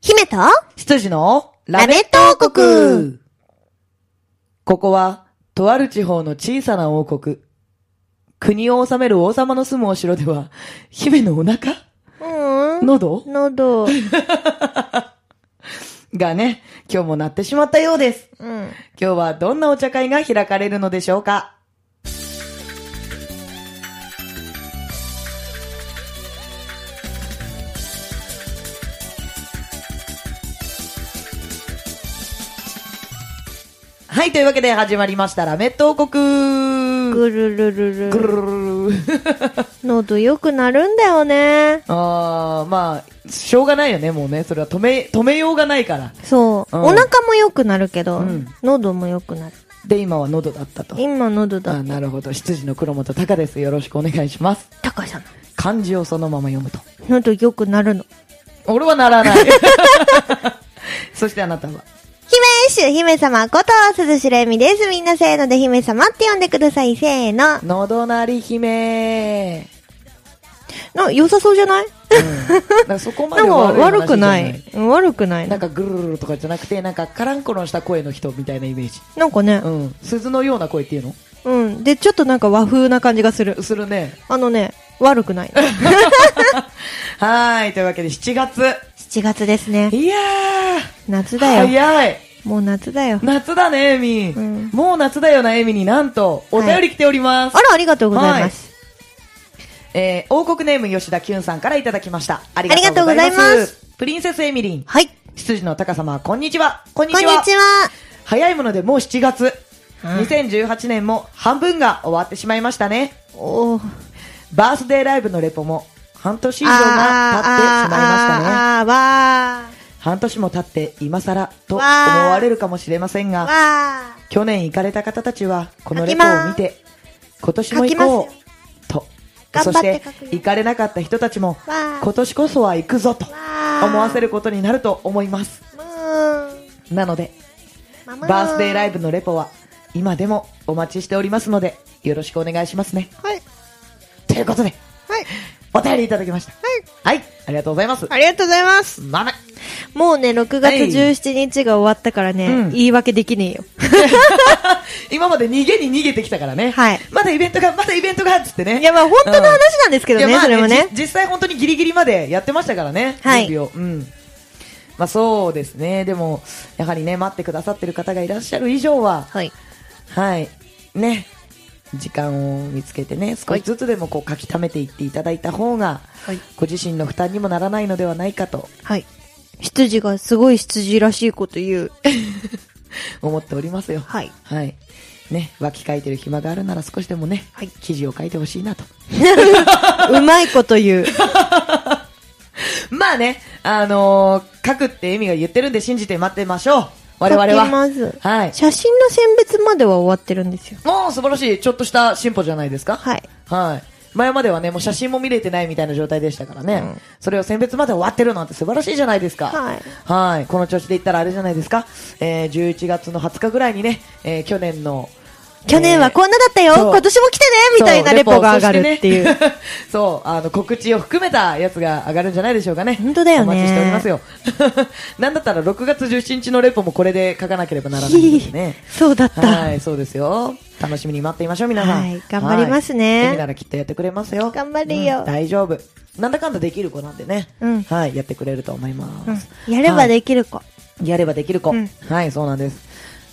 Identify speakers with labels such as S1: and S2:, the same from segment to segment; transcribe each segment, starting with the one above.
S1: 姫と
S2: 羊のラメッ
S1: ト
S2: ト王国ここは、とある地方の小さな王国。国を治める王様の住むお城では、姫のお腹
S1: うん。
S2: 喉
S1: 喉。
S2: がね、今日も鳴ってしまったようです。
S1: うん。
S2: 今日はどんなお茶会が開かれるのでしょうかはい、というわけで始まりましたラメット王国
S1: ぐるるる
S2: ぐる
S1: る。
S2: るるる
S1: 喉良くなるんだよね。
S2: あー、まあ、しょうがないよね、もうね。それは止め、止めようがないから。
S1: そう。
S2: うん
S1: お腹も良くなるけど、
S2: うん
S1: 喉も良くなる。
S2: で、今は喉だったと。
S1: 今喉
S2: あ
S1: だ
S2: ー
S1: っ
S2: なるほど。羊の黒本隆です。よろしくお願いします。
S1: た。高さん。
S2: 漢字をそのまま読むと。
S1: 喉良くなるの。
S2: 俺はならない。 そしてあなたは。
S1: 姫主姫様こと、鈴しれみです。みんなせーので姫様って呼んでください。せーの。
S2: のどなり姫。
S1: の、良さそうじゃない
S2: うん、だからそこま
S1: な
S2: で
S1: んか
S2: 悪い話
S1: 悪くない。うん悪くな
S2: じゃないい。。なんかぐるるるとかじゃなくて、なんかカランコロンした声の人みたいなイメージ。
S1: なんかね
S2: う、ん。鈴のような声っていうの
S1: うん。で、ちょっとなんか和風な感じがする。
S2: するね。
S1: あのね、悪く ない。
S2: はーい。というわけで7月。
S1: 7月ですね。
S2: いやー。
S1: 夏だよ。
S2: 早い。
S1: もう夏だよ。
S2: 夏だね、エミ、
S1: うん
S2: もう夏だよな、エミになんと、お便り来ております。
S1: あら、ありがとうございます。
S2: えー、王国ネーム吉田きゅんさんからいただきました。ありがとうござ
S1: あり
S2: います。
S1: がとうございま
S2: プリンセスエミリン。
S1: はい。
S2: 羊の高様、こんにちは。こんに
S1: こん
S2: ち
S1: に
S2: は。
S1: ちは。
S2: 早いものでもう7月。
S1: うん
S2: 2018年も半分が終わってしまいましたね。
S1: おー。
S2: バースデーライブのレポも半年以
S1: 以
S2: 上が経ってしまいましたね。
S1: あーあー、わ
S2: 半年も経って今更と思
S1: わー
S2: われるかもしれません
S1: ー。
S2: が、
S1: わ
S2: 去年行かれた方たちはこの
S1: 書
S2: レ
S1: き
S2: ポ
S1: ま
S2: を
S1: ー
S2: 見て、今年も
S1: 書き
S2: 行
S1: ます
S2: こうと。
S1: 頑張
S2: そ
S1: っ
S2: してて
S1: 書くよ
S2: 行かれなかった人たちも
S1: ー。わー。
S2: 今年こそは行くぞと
S1: わー
S2: 思わせることになると思います。
S1: むーん。
S2: なので、
S1: ママ
S2: バースデーライ
S1: ブ。
S2: ブのレポは今でもお待ちしておりますので、よろしくお願いしますね。
S1: はい。
S2: ということで、
S1: はい。
S2: お便りいただきました。はい。ありがとうございます。
S1: ありがとうございます。
S2: 豆。
S1: もうね、6月
S2: はい
S1: 17日が終わったからね、
S2: うん
S1: 言い訳できねえよ。
S2: 今まで逃げに逃げてきたからね。
S1: はい
S2: まだイベントが、まだイベントが、つってね。
S1: いや、まあ本当の話なんですけど
S2: い
S1: ね、
S2: やまあ
S1: それもね
S2: じ。実際本当にギリギリまでやってましたからね。
S1: はい
S2: 準備を。うん。まあそうですね。でも、やはりね、待ってくださってる方がいらっしゃる以上は、
S1: はい。
S2: はい。ね。時間を見つけてね、少しずつでもこう書き溜めていっていただいた方が、
S1: はい。
S2: ご自身の負担にもならないのではないかと
S1: はい。羊がすごい羊らしいこと言う。
S2: 思っておりますよ。
S1: はい。
S2: はい。ね、脇書いてる暇があるなら少しでもね、
S1: はい
S2: 記事を書いてほしいなと。
S1: うまいこと言う。
S2: まあね、あのー書くって意味が言ってるんで信じて待ってましょう。我々
S1: 書きま
S2: は。
S1: す。
S2: はい。
S1: 写真の選別までは終わってるんですよ。
S2: もう素晴らしい、ちょっとした進歩じゃないですか。
S1: はい。
S2: はい。前まではね、もう写真も見れてないみたいな状態でしたからね。
S1: うん
S2: それを選別まで終わってるなんて素晴らしいじゃないですか。
S1: はい。
S2: はい。この調子で言ったらあれじゃないですか。えー、11月の20日ぐらいにね、えー去年の、
S1: 去年はこんなだったよ、
S2: えーそう
S1: 今年も来てねみたいなレポが上がるっていう。
S2: そう,レポ、そしてね そうあの告知を含めたやつが上がるんじゃないでしょうかね
S1: 本当だよね
S2: お待ちしておりますよ なんだったら6月17日のレポもこれで書かなければならないのでね
S1: そうだった。
S2: はいそうですよ楽しみに待っていましょう皆さん
S1: はい頑張りますね
S2: はいエミならきっとやってくれますよ
S1: 頑張るよ
S2: うん大丈夫なんだかんだできる子なんでね、
S1: うん
S2: はいやってくれると思います、
S1: うんやればできる子。
S2: やればできる子。
S1: うん
S2: はい、そうなんです。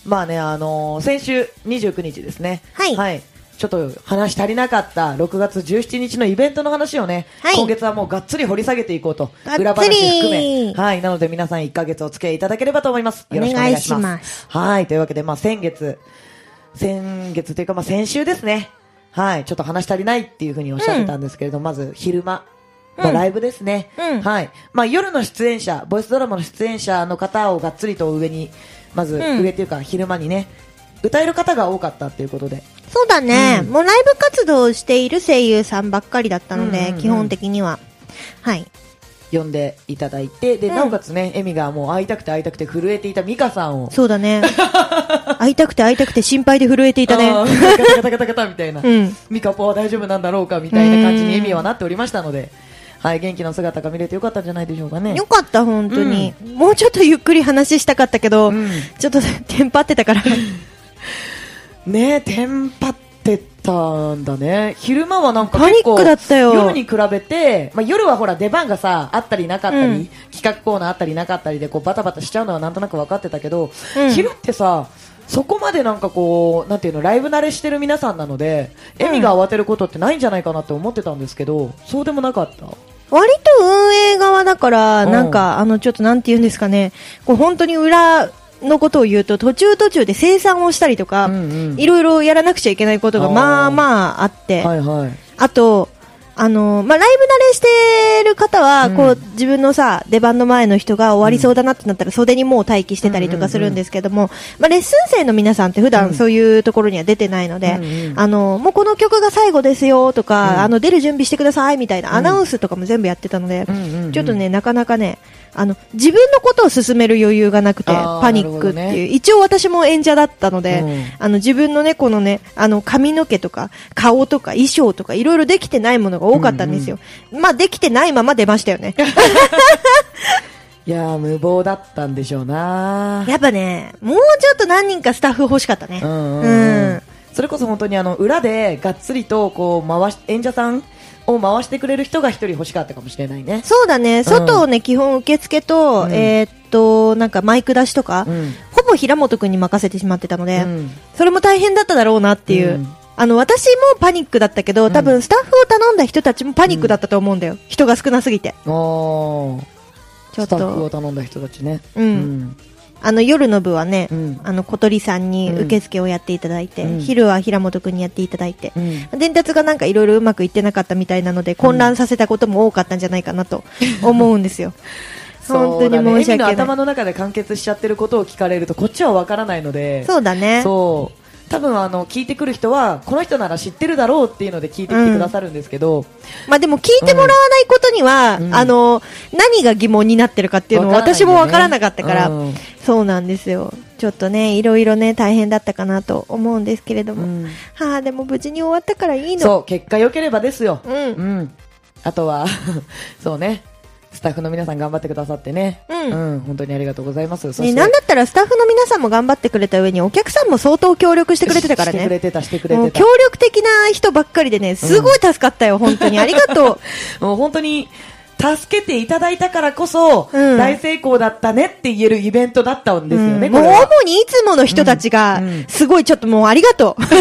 S2: まあね、あのー先週29日ですね。
S1: はい
S2: ちょっと話し足りなかった6月17日のイベントの話をね、
S1: はい
S2: 今月はもうがっつり掘り下げていこうと。
S1: がっつり
S2: 裏話含め。はい。なので皆さん1ヶ月お付き合いいただければと思います。よろしくお願いします。
S1: お願いします
S2: はい。というわけで、まあ先月、先月というかまあ先週ですね。はい。ちょっと話し足りないっていうふうにおっしゃってたんですけれど、まず昼間。
S1: う
S2: まあ
S1: ん
S2: ライブですね。
S1: うん
S2: はい。まあ、夜の出演者、ボイスドラマの出演者の方をがっつりと上に、まず、
S1: ん
S2: 上っていうか昼間にね、歌える方が多かったっていうことで。
S1: そうだね、
S2: うん
S1: もうライブ活動をしている声優さんばっかりだったので、
S2: うんうんうん
S1: 基本的には。はい。
S2: 呼んでいただいて、で、
S1: うん
S2: なおかつね、エミがもう会いたくて会いたくて震えていたミカさんを、
S1: そうだね。会いたくて会いたくて心配で震えていた
S2: あ
S1: ね。
S2: ーガタガタガタガタみたいな。
S1: うん
S2: ミカポは大丈夫なんだろうかみたいな感じにエミはなっておりましたので、はい、元気な姿が見れてよかったんじゃないでしょうかね
S1: よ。かった、本当に、もうちょっとゆっくり話したかったけど、
S2: うん
S1: ちょっとテンパってたから。
S2: ねえ、テンパってたんだね。昼間はなんか
S1: パニック
S2: 結構
S1: だったよ
S2: 夜に比べて、まあ、夜はほら出番がさ、あったりなかったり、
S1: うん
S2: 企画コーナーあったりなかったりでこうバタバタしちゃうのはなんとなく分かってたけど、
S1: うん
S2: 昼ってさ、そこまでなんかこう、なんていうの、ライブ慣れしてる皆さんなので、エミが慌てることってないんじゃないかなって思ってたんですけど、そうでもなかった。
S1: 割と運営側だから、
S2: うん
S1: なんか、あの、ちょっとなんて言うんですかね、こう本当に裏のことを言うと、途中途中で生産をしたりとか、
S2: うんうん
S1: いろいろやらなくちゃいけないことが、
S2: あー
S1: まあまああって、
S2: はいはい。
S1: あと、あのまあ、ライブ慣れしてる方は、
S2: うん
S1: こう自分のさ出番の前の人が終わりそうだなってなったら、袖にもう待機してたりと
S2: うんうんう
S1: か
S2: ん
S1: するんですけども、まあ、レッスン生の皆さんって普
S2: うん
S1: 段そういうところには出てないので、
S2: うんうん
S1: あのもうこの曲が最後ですよとか、
S2: うん
S1: あの出る準備してくださいみたいなアナウンスとかも全部やってたので、
S2: うんうんうん
S1: ちょっとねなかなかねあの自分のことを進める余裕がなくて
S2: あー
S1: パニックって
S2: なるほ
S1: い
S2: ど
S1: う、
S2: ね
S1: 一応私も演者だったので、
S2: うん
S1: あの自分のねこのねあの髪の毛とか顔とか衣装とかいろいろできてないものが多かったんですよ、まあできてないまま出ました よね
S2: いやー、無謀だったんでしょうな
S1: やっぱねもうちょっと何人かスタッフ欲しかったね
S2: うんうん
S1: う
S2: うんんそれこそ本当にあの裏でがっつりとこう回し演者さんを回してくれる人が一人欲しかったかもしれないね。
S1: そうだね外をね、基本受付と、
S2: うん
S1: えーっとなんかマイク出しとか、
S2: うん
S1: ほぼ平本君に任せてしまってたので、
S2: うん
S1: それも大変だっただろうなっていう、
S2: うん
S1: あの私もパニックだったけど多分スタッフを頼んだ人たちもパニックだったと思うんだよ、人が少なすぎて
S2: おー
S1: ちょっ
S2: スタッフを
S1: と
S2: 頼んだ人たちね。
S1: うんあの夜の部はね、
S2: うん
S1: あの小鳥さんに受付をやっていただいて、
S2: うん
S1: 昼は平本君にやっていただいて
S2: う、ん
S1: 伝達がなんかいろいろうまくいってなかったみたいなので混乱させたことも多かったんじゃないかなと思うん ですよ本当に申し
S2: そうだねエミ
S1: 訳
S2: の
S1: ない
S2: 頭の中で完結しちゃってることを聞かれるとこっちはわからないので。
S1: そうだね
S2: そう多分あの聞いてくる人はこの人なら知ってるだろうっていうので聞いてきてくださるんですけど、
S1: まあでも聞いてもらわないことには、
S2: うん
S1: あの、何が疑問になってるかっていうのは
S2: わからない
S1: 私
S2: よね
S1: もわからなかったから、
S2: うん
S1: そうなんですよ。ちょっとね、いろいろね、大変だったかなと思うんですけれども。
S2: うん
S1: はあ、でも無事に終わったからいいの。
S2: そう結果良ければですよ、
S1: うん
S2: うん、あとは そうねスタッフの皆さん頑張ってくださってね、
S1: うん
S2: 本当にありがとうございますそ
S1: ね、
S2: して
S1: なんだったらスタッフの皆さんも頑張ってくれた上に、お客さんも相当協力してくれてたから
S2: してくれ
S1: ね。
S2: てたしてくれ
S1: もう
S2: てた
S1: 協力的な人ばっかりでね、すごい助かったよ、本 当に。ありがとう。
S2: もう本当に助けていただいたからこそ、
S1: うん
S2: 大成功だったねって言えるイベントだったんですよね、
S1: うん
S2: こ
S1: もう
S2: れは
S1: 主にいつもの人たちが
S2: うんうん、
S1: すごいちょっともうありが とう。いつも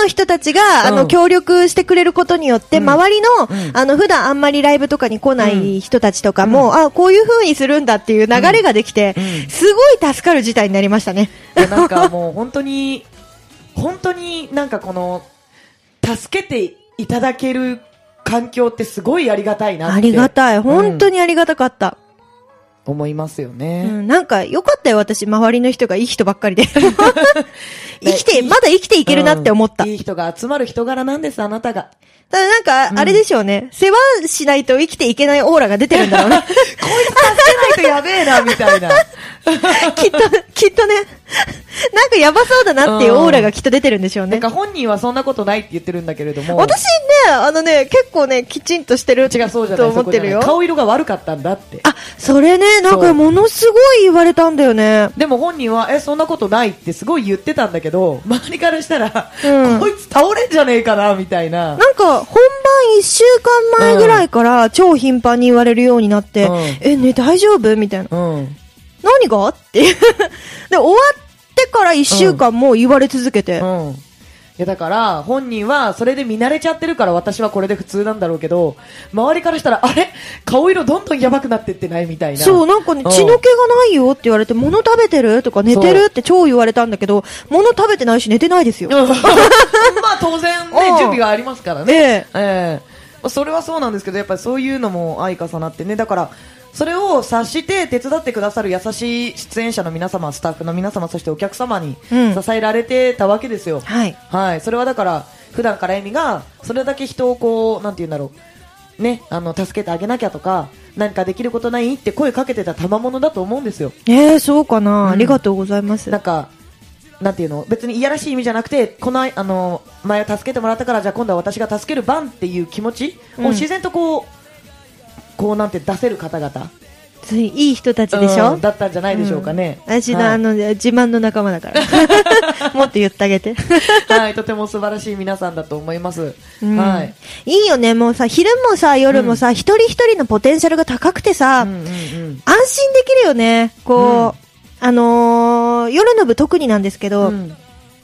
S1: の人たちが、あ
S2: う
S1: の、
S2: ん
S1: 協力してくれることによって、周りの
S2: う、ん
S1: あの、普段あんまりライブとかに来ない人たちとかも、あ、こういう風にするんだっていう流れができて
S2: うん、
S1: すごい助かる事態になりましたね。
S2: いやなんかもう本当に本当になんかこの助けていただける環境ってすごいありがたいなって
S1: ありがたい。本当
S2: うん
S1: にありがたかった。
S2: 思いますよね、
S1: うん、なんか、よかったよ、私。周りの人がいい人ばっか りで。生きて、
S2: いい
S1: まだ生きていけるなって思った。
S2: うんいい人が集まる人柄なんです、あなた が。
S1: ただなんか、あれでしょうね。世話しないと生きていけないオーラが出てるんだろう な。
S2: 助けないとやべえな、みたいな。
S1: きっと、きっとね、なんかやばそうだなっていうオーラがきっと出てるんでしょう
S2: な
S1: ね
S2: ん。か本人はそんなことないって言ってるんだけれども。
S1: 私ね、あのね、結構ね、きちんとしてる
S2: 違う、そうじゃない。
S1: と思ってるよ
S2: そこじゃない顔色が悪かったんだって。
S1: あ、それね、なん
S2: そ
S1: か
S2: う
S1: ものすごい言われたんだよね。
S2: でも本人は、え、そんなことないってすごい言ってたんだけど、周りからしたら、
S1: うん
S2: こいつ倒れんじゃねえかな、みたいな。
S1: なんか、本番一週間前ぐらいから超頻繁に言われるようになって、
S2: うん
S1: え、ね、大丈夫みたいな。
S2: うん。
S1: 何がっていう。 で、終わってから一週間もう言われ続けて。
S2: うん。いやだから、本人はそれで見慣れちゃってるから私はこれで普通なんだろうけど、周りからしたら、あれ顔色どんどんやばくなってってないみたいな。
S1: そう、なんかね、
S2: うん
S1: 血の気がないよって言われて、物食べてるとか寝てるって超言われたんだけど、物食べてないし寝てないですよ。
S2: うん まあ当然ね
S1: う、ん
S2: 準備がありますからね。
S1: ええ
S2: ええまあそれはそうなんですけど、やっぱりそういうのも相重なってね、だから、それを察して手伝ってくださる優しい出演者の皆様、スタッフの皆様、そしてお客様に
S1: うん
S2: 支えられてたわけですよ。
S1: はい。
S2: はい、それはだから、普段からエミが、それだけ人をこう、なんて言うんだろう、ね、あの、助けてあげなきゃとか、何かできることないって声かけてた賜物だと思うんですよ。
S1: ええそうかな、
S2: うん
S1: ありがとうございます。
S2: なんか、なんていうの別にいやらしい意味じゃなくてこのあの前助けてもらったからじゃあ今度は私が助ける番っていう気持ち
S1: うん
S2: を自然とこう、こうなんて出せる方々
S1: ついいい人たちでしょ、
S2: うんだったんじゃないでしょうかね、
S1: 私の、
S2: はい
S1: あの、自慢の仲間だから。 もっと言ってあげて。
S2: はい、とても素晴らしい皆さんだと思います。
S1: うん
S2: はい。。
S1: いいよね、もうさ、昼もさ、夜もさ、一人一人のポテンシャルが高くてさ、
S2: うんうんうん
S1: 安心できるよね。こう、あのー夜の部特になんですけど、
S2: うん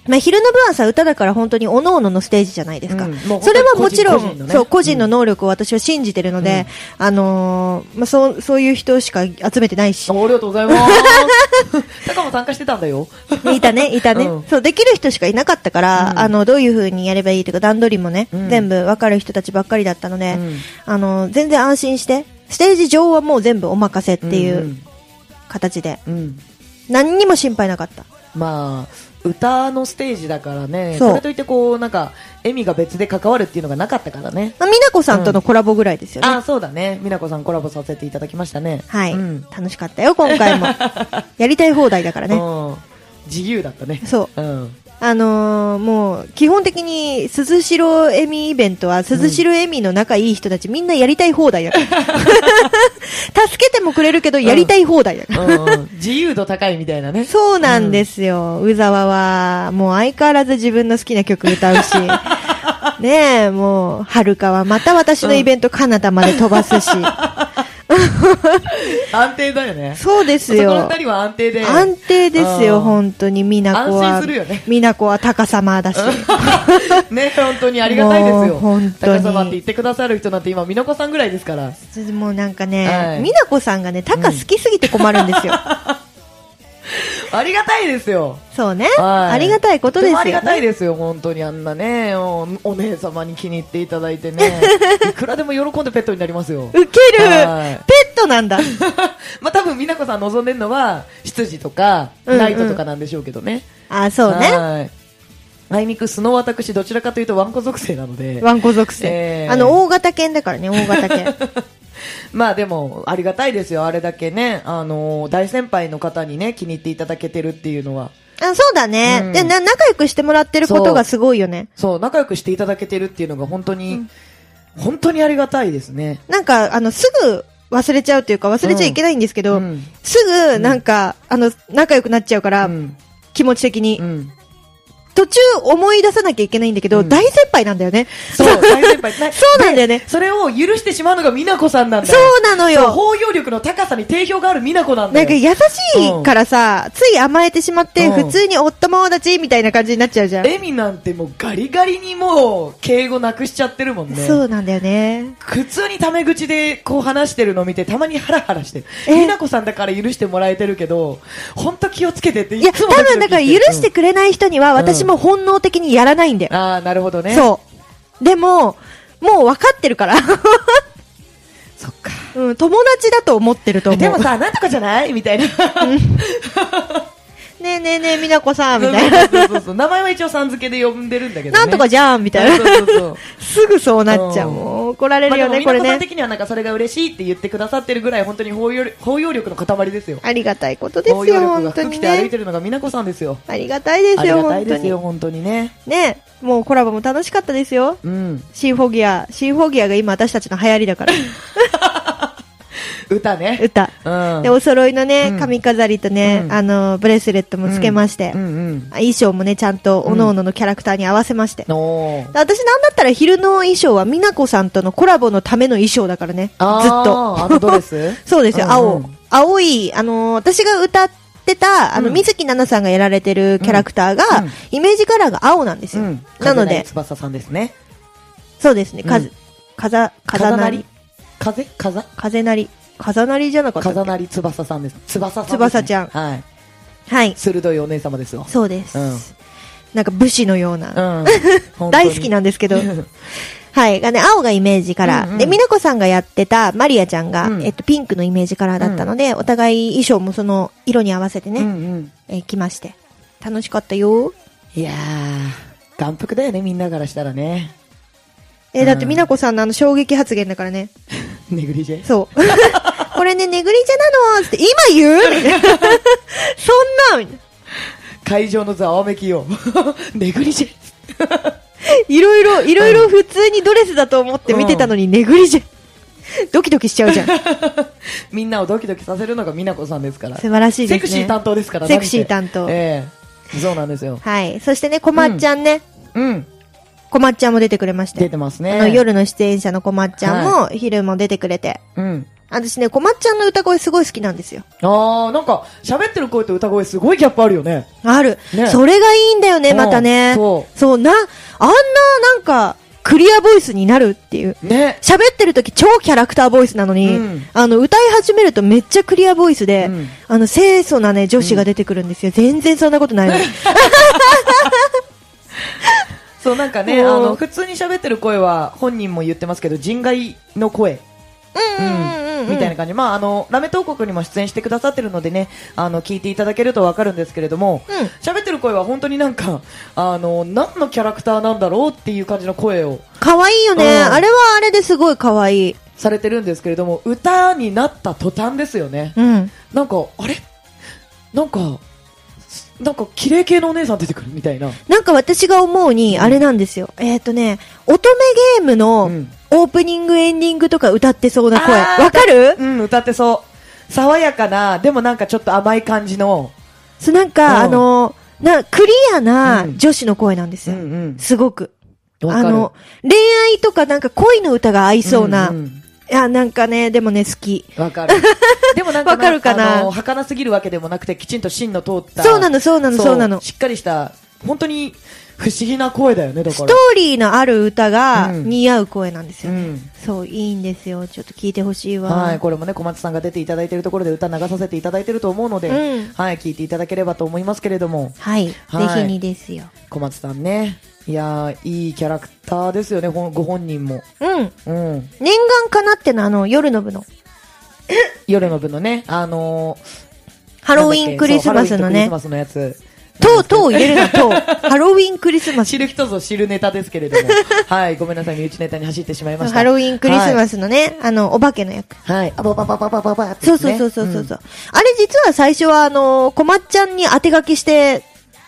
S1: まあ、昼の部はさ、歌だから本当に各々のステージじゃないですか。
S2: うんもう本当に
S1: それはもちろ
S2: 個人個人の
S1: ん、
S2: ね
S1: そう、個人の能力を私は信じてるので、あのーまあ、そう、そういう人しか集めてないし
S2: あ、りがとうございます。 タカも参加してたんだよ。
S1: いたね、いたね、
S2: うん
S1: そう、できる人しかいなかったから、
S2: うん
S1: あの、どういう風にやればいいとか、段取りもね、
S2: うん
S1: 全部分かる人たちばっかりだったので、
S2: うん
S1: あの、全然安心して、ステージ上はもう全部お任せっていうん形で、
S2: うん。うん
S1: 何にも心配なかった。
S2: まあ、歌のステージだからね、
S1: そう
S2: それといってこう、なんか、エミが別で関わるっていうのがなかったからね。
S1: まあ、美奈子さんとのコラボぐらいですよね。
S2: あそうだね。美奈子さんコラボさせていただきましたね。
S1: はい、
S2: うん。
S1: 楽しかったよ、今 回も。やりたい放題だからね。
S2: うん自由だったね。。
S1: そう
S2: うん。
S1: あのーもう、基本的に、鈴代エミイベントは、鈴代エミの仲いい人たち、みんなやりたい放題だから。 助けてもくれるけど、やりたい放題だから。
S2: うん自由度高いみたいなね。
S1: そうなんですよ。うざわは、もう相変わらず自分の好きな曲歌 うし。ねえ、もう、はるかはまた私のイベント、かなたまで飛ば すし。
S2: 安定だよね。
S1: そうです
S2: そこの
S1: よ
S2: 二。人は安定で。
S1: 安定です
S2: う
S1: よ、
S2: ん
S1: 本当に。みなこ
S2: 安心
S1: は
S2: するよね、
S1: みなこは高様だし。
S2: ね、本当にありがたいです
S1: もう
S2: よ。
S1: 本当に
S2: 高様って言ってくださる人なんて今、美奈子さんぐらいですから。
S1: もうなんか
S2: は
S1: ね、
S2: い
S1: みなこさんがね、タカ好きすぎて困るんですよ。
S2: ありがたいですよ。
S1: そうね。
S2: はい
S1: ありがたいことですよ
S2: もあり
S1: ね
S2: が。たいですよ、本当にあんなね、おお姉様に気に入っていただいてね、 いくらでも喜んでペットになりますよ。
S1: ウケる
S2: はい
S1: ペットなん だ
S2: まあ多分、美奈子さん望んでるのは、執事とか、
S1: うんうん
S2: ナイトとかなんでしょうけどね。
S1: あ、そうね。
S2: はい。あいにく素の私、どちらかというとワンコ属性なので。
S1: ワンコ属性。
S2: ええ
S1: あの、大型犬だからね、大型 犬。
S2: まあでも、ありがたいですよ。あれだけね、あのー大先輩の方にね、気に入っていただけてるっていうのは。
S1: あそうだね、
S2: うん
S1: でな。仲良くしてもらってることがすごいよね。
S2: そう、仲良くしていただけてるっていうのが本当に、本当にありがたいですね。
S1: なんか、あの、すぐ忘れちゃうというか、忘れちゃいけないんですけど、
S2: うん
S1: すぐ、なんか、あの、仲良くなっちゃうから、
S2: うん。
S1: 気持ち的に、
S2: うん。
S1: 途中思い出さなきゃいけないんだけど、
S2: うん
S1: 大先輩なんだよね。
S2: そう、大先 輩。
S1: そうなんだよね
S2: でそれを許してしまうのが美奈子さんなんだよ。
S1: そうなの
S2: そう
S1: よ。
S2: 包容力の高さに定評がある美奈子なんだ
S1: なん
S2: よ。
S1: か優しいからさ、つい甘えてしまって、
S2: うん
S1: 普通に夫友達みたいな感じになっち ゃうじゃん。
S2: エミなんてもうガリガリにもう敬語なくしちゃってるもんね。
S1: そうなんだよね。
S2: 普通にタメ口でこう話してるの見てたまにハラハラしてる。
S1: え
S2: 美奈子さんだから許してもらえてるけど、本当気をつけてってい
S1: いや、
S2: つ
S1: 多
S2: もドキドキ
S1: 分だから許してくれない人には、私も本能的にやらないんだよ
S2: うん。ああ、なるほどね。
S1: そう。でも、もう分かってるから。
S2: そっか。
S1: うん、友達だと思ってると思う。
S2: でも、さ、なんとかじゃないみたいな。
S1: ねえねえねえ、みなこさん、み
S2: そう
S1: たいな。
S2: そうそうそう名前は一応さん付けで呼んでるんだけどね。
S1: なんとかじゃん、みたい
S2: そ
S1: な
S2: う。そうそう。
S1: すぐそうなっちゃう。
S2: うん
S1: もう怒られ
S2: まあ
S1: る
S2: で
S1: よ
S2: も
S1: ね、
S2: 美
S1: これ
S2: 奈子さ
S1: ね。
S2: ん的にはなんかそれが嬉しいって言ってくださってるぐらい本当に包容力包容力の塊ですよ。
S1: ありがたいことです
S2: 包容
S1: よ、
S2: 力が
S1: 本当
S2: 服
S1: に
S2: 着て歩い
S1: ね
S2: て。るのが美奈子さんですよ。
S1: ありがたいで
S2: あ
S1: す
S2: り
S1: よ、
S2: がた
S1: 本
S2: い
S1: 当
S2: ですよ、
S1: に。
S2: 本当にね。
S1: ねえもうコラボも楽しかったですよ。
S2: うん。
S1: シーフォギア。シーフォギアが今私たちの流行りだ から。
S2: 歌ね。
S1: 歌。
S2: うん。
S1: で、お揃いのね
S2: う、ん
S1: 髪飾りとね
S2: う、ん
S1: あの、ブレスレットもつけまして
S2: う。んうん。
S1: 衣装もね、ちゃんと、各々のキャラクターに合わせまして。
S2: お
S1: で私なんだったら昼の衣装は美奈子さんとのコラボのための衣装だからね。ずっと。
S2: あのドレス
S1: そうですよ、
S2: うんう
S1: 青
S2: ん。
S1: 青い、あのー私が歌ってた、あの、
S2: うん
S1: 水木奈々さんがやられてるキャラクターが、
S2: うん
S1: イメージカラーが青なんです
S2: う
S1: よ。
S2: ん。
S1: なの
S2: 風成
S1: で、
S2: 翼さんですね。
S1: そうですね、か
S2: う
S1: ず
S2: ん、
S1: かざ、かざなり。
S2: 風風
S1: 風なり。風なりじゃなかったっ
S2: 風
S1: け
S2: なり翼さんです。翼さんですね。
S1: 翼ちゃん
S2: はい。
S1: はい。
S2: 鋭いお姉様ですよ。
S1: そうです。
S2: うん
S1: なんか武士のよう
S2: う
S1: な。。
S2: ん
S1: 大好きなんですけ ど。はい。がね、青がイメージカラー。
S2: うんうん
S1: で、美奈子さんがやってたマリアちゃんが、
S2: うん
S1: えっと、ピンクのイメージカラーだったので、お互い衣装もその色に合わせてね、
S2: うんうん。
S1: えー来まして。楽しかったよ。
S2: いやー、眼福だよね、みんなからしたらね。
S1: えー
S2: うん
S1: だって美奈子さんのあの衝撃発言だからね。
S2: ネグリジェ
S1: そう。 これね、ネグリジェなのつって、今言うみたいなそんなみたいな
S2: 会場のざわめきよ。 ネグリジェ。
S1: いろいろ、いろいろ普通にドレスだと思って見てたのに、ネグリジェ。ドキドキしちゃ うじゃん。素
S2: みんなをドキドキさせるのが美奈子さんですから。
S1: 晴らしいですね。
S2: セクシー担当ですから
S1: セクシー担当
S2: ええそうなんですよ。
S1: はい。そしてね、こまっちゃんね。
S2: うん。
S1: こまっちゃんも出てくれました
S2: 出
S1: よ。
S2: てます
S1: あの
S2: ね。。
S1: 夜の出演者のこまっちゃんも、昼も出てくれて。
S2: うん。
S1: 私ね、こまっちゃんの歌声すごい好きなんですよ。
S2: ああ、なんか、喋ってる声と歌声すごいギャップあるよね。
S1: ある。
S2: ね
S1: それがいいんだよね、
S2: うん
S1: またね。
S2: そ
S1: そう、な、あんな、なんか、クリアボイスになるっていう。
S2: ね。
S1: 喋ってる時超キャラクターボイスなのに、
S2: うん
S1: あの、歌い始めるとめっちゃクリアボイスで、
S2: うん
S1: あの、清楚なね、女子が出てくるんですよ。全然そんなことないのに。
S2: そう、なんかね、
S1: うん
S2: あの、普通に喋ってる声は、本人も言ってますけど、人外の声。
S1: うんうんうんうん。
S2: みたいな感じ。まあ、あの、ラメ東国にも出演してくださってるのでね、あの、聞いていただけるとわかるんですけれども、
S1: うん
S2: 喋ってる声は本当になんか、あの、何のキャラクターなんだろうっていう感じの声を
S1: 可愛いよね。
S2: うん
S1: あれはあれですごい可愛い。
S2: されてるんですけれども、歌になった途端ですよね。
S1: うん。
S2: なんか、あれなんか、すなんか、綺麗系のお姉さん出てくるみたいな。
S1: なんか私が思うに、あれなんですよ。えっ、とね、乙女ゲームの
S2: うん
S1: オープニング、エンディングとか歌ってそうな声。
S2: あー
S1: わかる
S2: うん、歌ってそう。爽やかな、でもなんかちょっと甘い感じの、
S1: そう、なんか、
S2: う
S1: あ
S2: ん
S1: の、な、クリアな
S2: うん
S1: 女子の声なんですよ。
S2: ん
S1: すごく。
S2: うん。わ
S1: あ
S2: かる。
S1: の、恋愛とかなんか恋の歌が合いそうな。
S2: んん
S1: いや、なんかね、でもね、好き。
S2: わか る。でもなんか、
S1: わかるかな
S2: あの、儚すぎるわけでもなくて、きちんと芯の通った。
S1: そうなの、そうなの、そうなの。ス
S2: しっかりした、本当に不思議な声だよね、だか
S1: ト
S2: ら。
S1: ーリーのある歌が
S2: うん
S1: 似合う声なんです
S2: う
S1: よ。
S2: ん。
S1: そう、いいんですよ。ちょっと聞いてほしいわ。
S2: はい、これもね、小松さんが出ていただいているところで歌流させていただいていると思うので、
S1: うん
S2: はい、聞いていただければと思いますけれども、
S1: はい。
S2: はい
S1: ぜひにですよ。
S2: 小松さんね、いやー、いいキャラクターですよね、ほんご本人も。
S1: うん。
S2: うん。
S1: 念願かなってのあの、夜の部の。
S2: 夜の部のね、あの
S1: ハロウィンクリスマスのね
S2: そう。ハロウィンとクリスマスのやつ。
S1: とうとう入れるな、とう。ハロウィンクリスマス。
S2: 知る人ぞ知るネタですけれども。はい、ごめんなさい、身内ネタに走ってしまいました。
S1: ハロウィンクリス
S2: はい
S1: マスのね、あの、お化けの役。
S2: はい。あばばばばばばばって
S1: そ
S2: ね
S1: うそうそうそうそうそう、あれ実は最初はあのー、こまっちゃんに当て書きして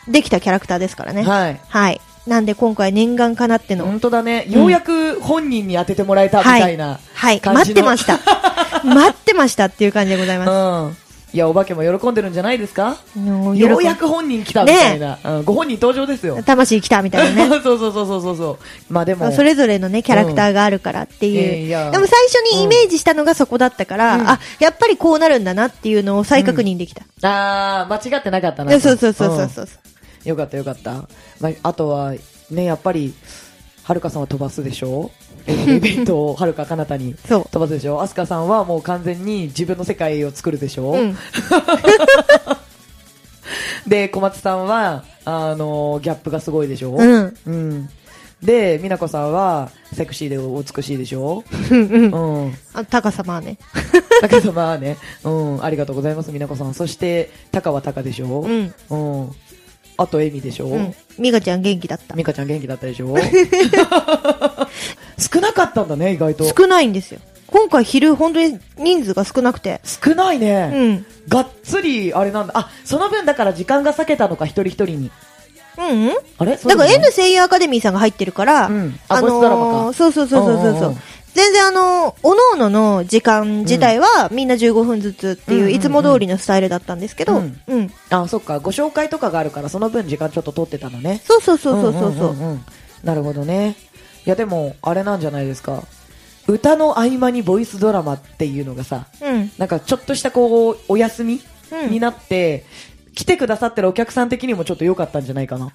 S1: できたキャラクターですから
S2: う
S1: ね。
S2: ん
S1: はい。
S2: はい。
S1: なんで今回念願かなっての。
S2: 本当だね。ようやく本人に当ててもらえたみたいな
S1: はい。はい。
S2: 感
S1: 待
S2: じ
S1: って
S2: の。
S1: ました。 待ってましたっていう感じでございます。
S2: うん。いや、お化けも喜んでるんじゃないですか
S1: もう喜ん
S2: ようやく本人来たみたいな。うんご本人登場ですよ。
S1: 魂来たみたい なね。
S2: そうそうそうそうそうそう。まあでも。
S1: それぞれのね、キャラクターがあるからって
S2: うんいや
S1: い。
S2: いうや
S1: でも最初にイメージしたのがそこだったから、
S2: うん
S1: あ、やっぱりこうなるんだなっていうのを再確認できた。
S2: あー、間違ってなかったな
S1: で
S2: と。
S1: そうそうそうそうそう。
S2: うんよかったよかった。まあ、あとは、ね、やっぱり、はるかさんは飛ばすで しょイベントをはるか彼方に。
S1: そう。
S2: 飛ばすでしょアスカさんはもう完全に自分の世界を作るでしょ、
S1: うん。
S2: で、小松さんは、あのギャップがすごいでしょ
S1: うん。
S2: うん。で、美奈子さんは、セクシーでお美しいでし ょ
S1: うんうん。
S2: うん。
S1: あ高さまあね。
S2: だけどまあね、うん、ありがとうございます、美奈子さん。そして、タカはタカでしょ
S1: うん。
S2: うん。あと、エミでしょ
S1: うん。ミカちゃん元気だった。
S2: ミカちゃん元気だったで しょ少なかったんだね、意外と。
S1: 少ないんですよ。今回昼本当に人数が少なくて。
S2: 少ないね。
S1: うん。
S2: がっつり、あれなんだ。あ、その分だから時間が割けたのか、一人一人に。
S1: うんうん
S2: あれ
S1: だから N
S2: で
S1: 声優アカデミーさんが入ってるから、
S2: うんあボイスドラマか
S1: そうそうそうそうそう
S2: うんうん
S1: そ
S2: うん
S1: う。全然あの、おのおのの時間自体はみんな15分ずつって
S2: うん
S1: い
S2: うん
S1: ううんいつも通りのスタイルだったんですけど、
S2: う
S1: うんん。
S2: あ、そっか。ご紹介とかがあるから、その分時間ちょっと取ってたのね。
S1: そうそうそうそうそう。
S2: ん
S1: そ
S2: ん
S1: うん
S2: んなるほどね。いや、でも、あれなんじゃないですか。歌の合間にボイスドラマっていうのがさ、
S1: うん。
S2: なんかちょっとしたこう、お休み
S1: うん
S2: になって、来てくださってるお客さん的にもちょっと良かったんじゃないかな。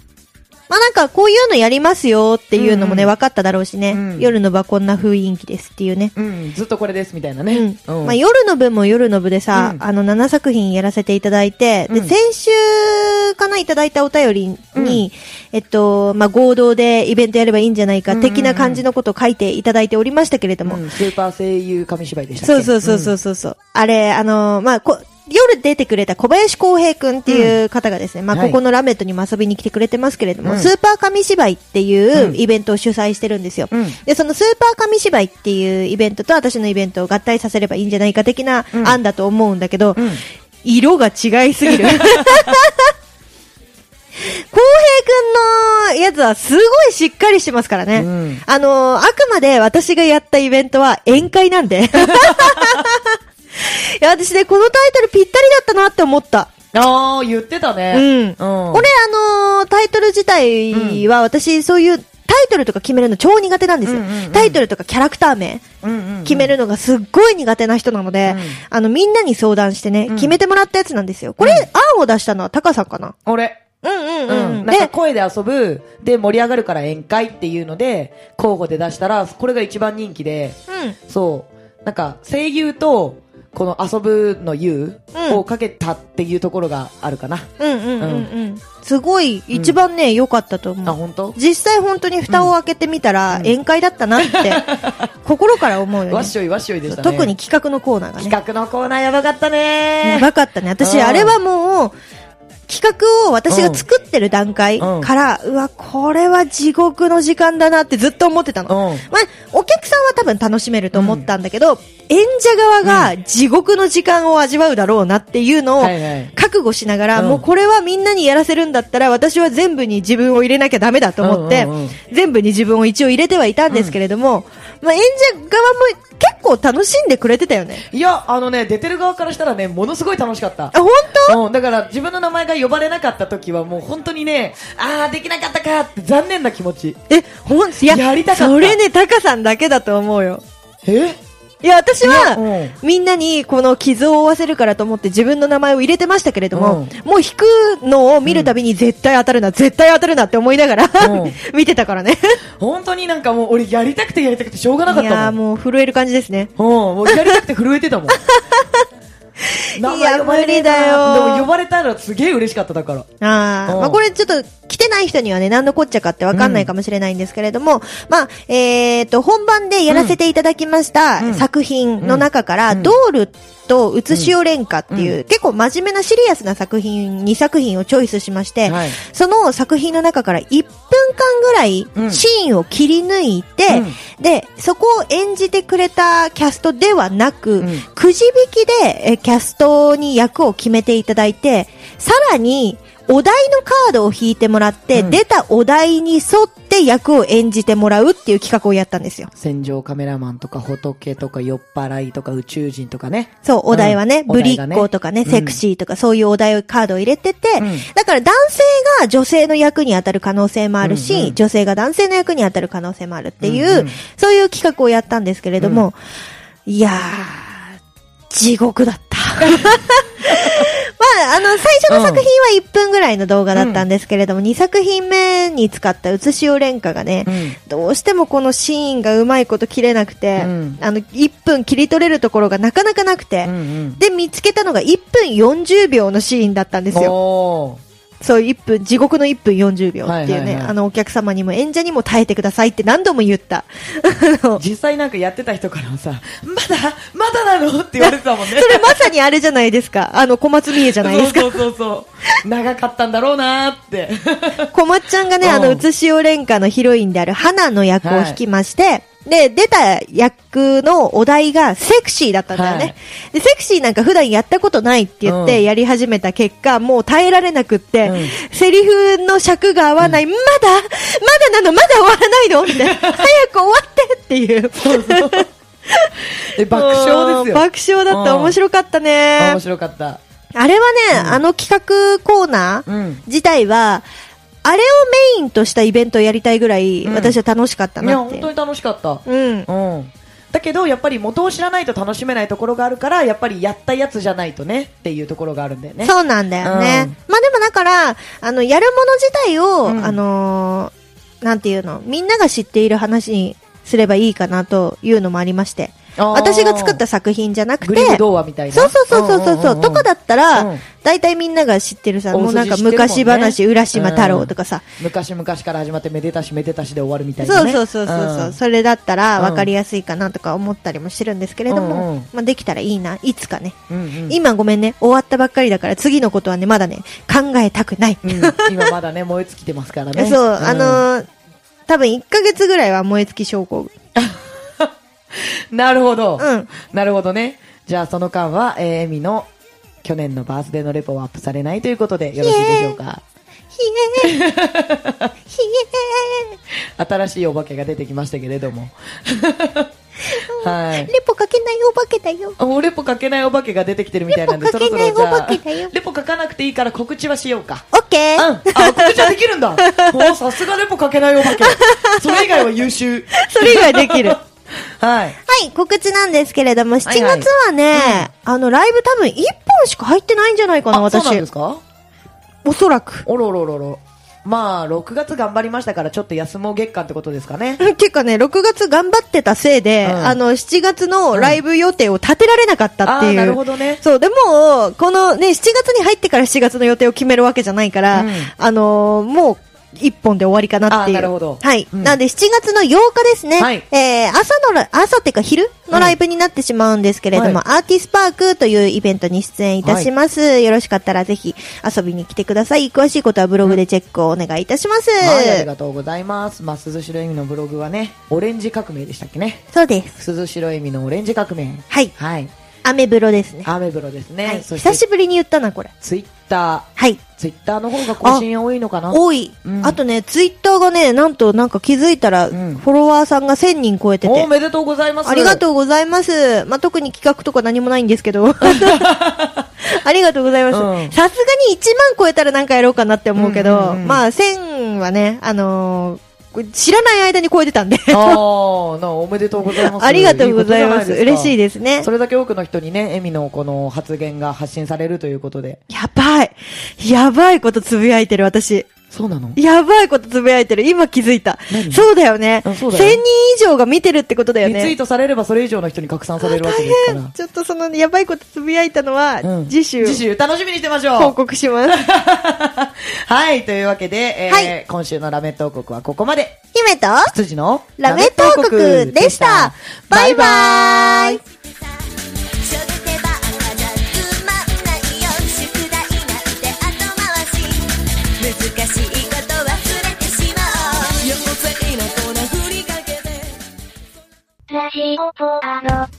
S1: まあなんかこういうのやりますよっていうのもね、
S2: うんうん
S1: 分かっただろうしね、
S2: うん
S1: 夜の場こんな雰囲気ですっていうね。
S2: うん、ずっとこれですみたいな
S1: う
S2: ね
S1: ん。まあ、夜の部も夜の部でさ、
S2: うん
S1: あの7作品やらせていただいて、
S2: うん
S1: で先週かないただいたお便りに、
S2: うん
S1: えっとまあ、合同でイベントやればいいんじゃないか的な感じのことを書いていただいておりましたけれども、
S2: うんスーパー声優紙芝居でしたっけ
S1: そうそうそうそうそうそう、あれあのまあこ夜出てくれた小林光平くんっていう方がですね、まあ、
S2: はい
S1: ここのラメットにも遊びに来てくれてますけれども、
S2: うん
S1: スーパー紙芝居っていう
S2: うん
S1: イベントを主催してるんですよ。
S2: うん
S1: で、そのスーパー紙芝居っていうイベントと私のイベントを合体させればいいんじゃないか的な
S2: うん
S1: 案だと思うんだけど、
S2: うん
S1: 色が違いすぎる。平くんのやつはすごいしっかりしてますからね。
S2: うん
S1: あのーあくまで私がやったイベントは宴会なんで。いや、私ね、このタイトルぴったりだったなって思った。
S2: ああ、言ってた
S1: う
S2: ね
S1: ん。。俺、あのータイトル自体は、私、そういうタイトルとか決めるの超苦手なんですよ。
S2: うんうんうん
S1: タイトルとかキャラクター名
S2: うん
S1: 決めるのがすっごい苦手な人なので、
S2: うん
S1: あの、みんなに相談してね、
S2: うん
S1: 決めてもらったやつなんですよ。これ、案を出したのはタカさんかな
S2: 俺。
S1: うんう
S2: うん
S1: うん。
S2: ん。なんか
S1: で、
S2: 声で遊ぶ、で盛り上がるから宴会っていうので、候補で出したら、これが一番人気で、
S1: う
S2: そう。なんか、声優と、この遊ぶの優
S1: うん
S2: をかけたっていうところがあるかな。
S1: ん、うんうんうんうん。すごい、一番ね、良かったと
S2: あ、
S1: 思う。
S2: 本当？
S1: 実際本当に蓋を開けてみたら、宴会だった なって、心から思うよ
S2: わっ
S1: ね。
S2: しょいわっしょいでしたね。
S1: 特に企画のコーナーがね。
S2: 企画のコーナーやばかった
S1: や
S2: ね
S1: ばかったね。私、
S2: うん
S1: あれはもう、企画を私が作ってる段階
S2: うん
S1: から、うわ、これは地獄の時間だなってずっと思ってたの。
S2: うん
S1: まあ、お客さんは多分楽しめると思ったんだけど、演者側が地獄の時間を味わうだろうなっていうのを
S2: はいはい、
S1: 覚悟しながら、
S2: うん
S1: もうこれはみんなにやらせるんだったら、私は全部に自分を入れなきゃダメだと思って、
S2: うんうんうん
S1: 全部に自分を一応入れてはいたんですけれども、まあ、演者側も結構楽しんでくれてたよね。
S2: いや、あのね、出てる側からしたらね、ものすごい楽しかった
S1: あ、。本当
S2: うん、だから自分の名前が呼ばれなかった時はもう本当にね、あー、できなかったかって残念な気持ち。
S1: え、ほん、いや、
S2: やりたかった
S1: それね、タカさんだけだと思うよ。
S2: え
S1: いや、私
S2: いや
S1: は、みんなにこの傷を負わせるからと思って自分の名前を入れてましたけれども、もう引くのを見るたびに絶対当たるな、絶対当たるなって思いながら
S2: うん
S1: 見てたからね。
S2: 本当になんかもう俺やりたくてやりたくてしょうがなかっ
S1: いや
S2: た
S1: ー
S2: もん。
S1: もう震える感じですね。
S2: うん、もうやりたくて震えてたもん。名前呼ばれねえなー
S1: いや無理だよー
S2: でも呼ばれたらすげえ嬉しかっただから。
S1: あー
S2: うん
S1: まあこれちょっと来てない人にはね、何のこっちゃかってわかんないかもしれないんですけれども、まあ、えーと、本番でやらせていただきまし
S2: うん
S1: た作品の中から、
S2: うん
S1: ドールとうつしお廉価っていう、結構真面目なシリアスな作品、2作品をチョイスしまして、
S2: はい
S1: その作品の中から1分間ぐらい
S2: うん
S1: シーンを切り抜いて、で、そこを演じてくれたキャストではなく、
S2: うん
S1: くじ引きでえキャストに役を決めていただいて、さらに、お題のカードを引いてもらって、
S2: うん
S1: 出たお題に沿って役を演じてもらうっていう企画をやったんですよ。
S2: 戦場カメラマンとか仏とか酔っ払いとか宇宙人とかね。
S1: そう、お題はね、
S2: うん
S1: ぶりっ子とかね、
S2: お題がね
S1: セクシーとか、そういうお題をカードを入れてて、
S2: うん
S1: だから男性が女性の役に当たる可能性もあるし、
S2: うんうん
S1: 女性が男性の役に当たる可能性もあるっていう、
S2: うんうん
S1: そういう企画をやったんですけれども、いやー、地獄だ った。まあ、あの、最初の作品は1分ぐらいの動画だったんですけれども、2作品目に使った写しお廉価がね、
S2: ん。
S1: どうしてもこのシーンがうまいこと切れなくて、
S2: うん
S1: あの、1分切り取れるところがなかなかなくて、
S2: うんうん。
S1: で、見つけたのが1分40秒のシーンだったんですよ。
S2: おー
S1: そう、1分、地獄の1分40秒っていうね、
S2: はいはいはい
S1: あの、お客様にも演者にも耐えてくださいって何度も言った。あ の
S2: 実際なんかやってた人からもさ、まだまだなのって言われてたもん ね。
S1: それまさにあれじゃないですか。あの、小松美恵じゃないですか。
S2: そうそうそうそう。長かったんだろうなーって。
S1: 小松ちゃんがね、
S2: うん
S1: あの、うつしお廉価のヒロインである花の役を引きまして、で、出た役のお題がセクシーだったんだよね、
S2: はい
S1: で、セクシーなんか普段やったことないって言っ
S2: う
S1: て
S2: ん
S1: やり始めた結果、もう耐えられなくって、
S2: うん
S1: セリフの尺が合わない、まだまだなのまだ終わらないのみたい な。早く終わってっていう。
S2: そうそう。 え、爆笑ですよ。
S1: 爆笑だった。
S2: うん
S1: 面白かったね
S2: 面。白かった。
S1: あれはね、あの企画コーナー、
S2: うん。
S1: 自体は、あれをメインとしたイベントをやりたいぐらい、
S2: うん
S1: 私は楽しかった
S2: いや、
S1: なって
S2: 本。当に楽しかった。
S1: うん。
S2: うん。だけど、やっぱり元を知らないと楽しめないところがあるから、やっぱりやったやつじゃないとね、っていうところがあるんだよね。
S1: そうなんだよね。まあでもだから、あの、やるもの自体を、
S2: うん
S1: あのーなんていうの、みんなが知っている話にすればいいかなというのもありまして。
S2: あー
S1: 私が作った作品じゃなく
S2: グリム
S1: て、
S2: 童話みたいな。
S1: そうそうそうそうそう,、
S2: んんんん
S1: とかだったら、
S2: うん
S1: 大体みんなが知ってるさ、
S2: 大
S1: もうなんか
S2: 筋知ってるもんね
S1: 昔話、浦島太郎とかさ、
S2: 昔々から始まってめでたしめでたしで終わるみたいな
S1: そう
S2: ね
S1: そうそうそうそう、
S2: ん
S1: それだったら
S2: うん
S1: 分かりやすいかなとか思ったりもしてるんですけれども、
S2: うんうん
S1: まあ、できたらいいな、いつかね、
S2: うんうん
S1: 今ごめんね、終わったばっかりだから、次のことはね、まだね、考えたくない。
S2: うん今まだね、燃え尽きてますからね。
S1: そう、
S2: ん
S1: あのー多分1ヶ月ぐらいは燃え尽き症候群。
S2: なるほど。
S1: うん
S2: なるほどね。じゃあその間は、えー、エミの去年のバースデーのレポはアップされないということでよろしいでしょうか。
S1: ひえー、ひ
S2: 新しいお化けが出てきましたけれども。は
S1: えー、
S2: い。
S1: レポかけないお化けだよ。
S2: あもうレポかけないお化けが出てきてるみたいなんで、
S1: レ
S2: そ
S1: ポ
S2: ろ
S1: か
S2: そ
S1: けな
S2: ろ
S1: い
S2: じゃ
S1: お
S2: あ
S1: 化けだよ、
S2: レポ書かなくていいから告知はしようか。
S1: オッケ
S2: う
S1: ー
S2: ん。あ、告知はできるんだ。もうさすがレポかけないお 化け。それ以外は優秀。
S1: それ以外できる。
S2: はい。
S1: はい、告知なんですけれども、7
S2: はいはい
S1: 月はね、あの、ライブ多分1本しか入ってないんじゃないかな、
S2: あそう
S1: 私
S2: なん。ですか
S1: おそらく。
S2: おろろろろ。まあ、6月頑張りましたから、ちょっと休もう月間ってことですかね。
S1: っていうかね、6月頑張ってたせいで、
S2: うん
S1: あの、7月のライブ予定を立てられなかったっていう。
S2: あーなるほどね
S1: そう、でも、このね、7月に入ってから7月の予定を決めるわけじゃないから、
S2: うん
S1: あのーもう、一本で終わりかなっていう。
S2: あーなるほど
S1: はい。
S2: うん
S1: なんで、7月の8日ですね。
S2: はい
S1: えー朝のラ、朝っていうか昼のライブになってしまうんですけれども、
S2: は
S1: アーティスパークというイベントに出演いたします。よろしかったらぜひ遊びに来てください。詳しいことはブログでチェックをお願いいたします。
S2: はい、ありがとうございます。まあ、鈴代恵美のブログはね、オレンジ革命でしたっけね。
S1: そうです。
S2: 鈴代恵美のオレンジ革命。
S1: はい。
S2: はい。
S1: アメブロですね。
S2: アメブロですね。
S1: はい、
S2: そして
S1: 久しぶりに言ったな、これ。
S2: ツイッタ
S1: はい。
S2: ー。ツイッターの方が更新多いのかな
S1: 多い、
S2: うん
S1: あとね、ツイッターがね、なんとなんか気づいたら、
S2: うん
S1: フォロワーさんが1000人超えて
S2: お
S1: て。
S2: めでとうございます。
S1: ありがとうございます。まあ、特に企画とか何もないんです けど。ありがとうございます。
S2: うん
S1: さすがに1万超えたらなんかやろうかなって思うけど、
S2: うんうんうん
S1: まあ、1000はね、あのーこれ知らない間に超えてたんで。
S2: あーなおめでとうございま す。
S1: ありがとうございます。嬉しい
S2: す
S1: ですね
S2: か。それだけ多くの人にね、恵美のこの発言が発信されるということで。
S1: やばい。やばいことつぶやいてる、私。
S2: そうなの
S1: やばいことつぶやいてる。今気づいた
S2: 何。
S1: そうだよね。
S2: あ
S1: 1000
S2: そう
S1: 人
S2: だよ
S1: 以上が見てるってことだよ
S2: リツイー
S1: ね。
S2: トされればそれ以上の人に拡散されるわけですから。
S1: ちょっとその、やばいことつぶやいたのは、
S2: うん
S1: 次週、
S2: 次週楽しみにしてましょう。
S1: 報告します。
S2: はい、というわけで、えー
S1: はい
S2: 今週のラメット王国はここまで。
S1: 姫と、
S2: 羊の
S1: ラメット王国でした。バイバーイ。
S3: 「しょってばっかじゃつまんないよ」「宿題なんて後回し」「難しいこと忘れてしまおう」「よこせいな粉ふりかけて」
S4: ラジオポアド。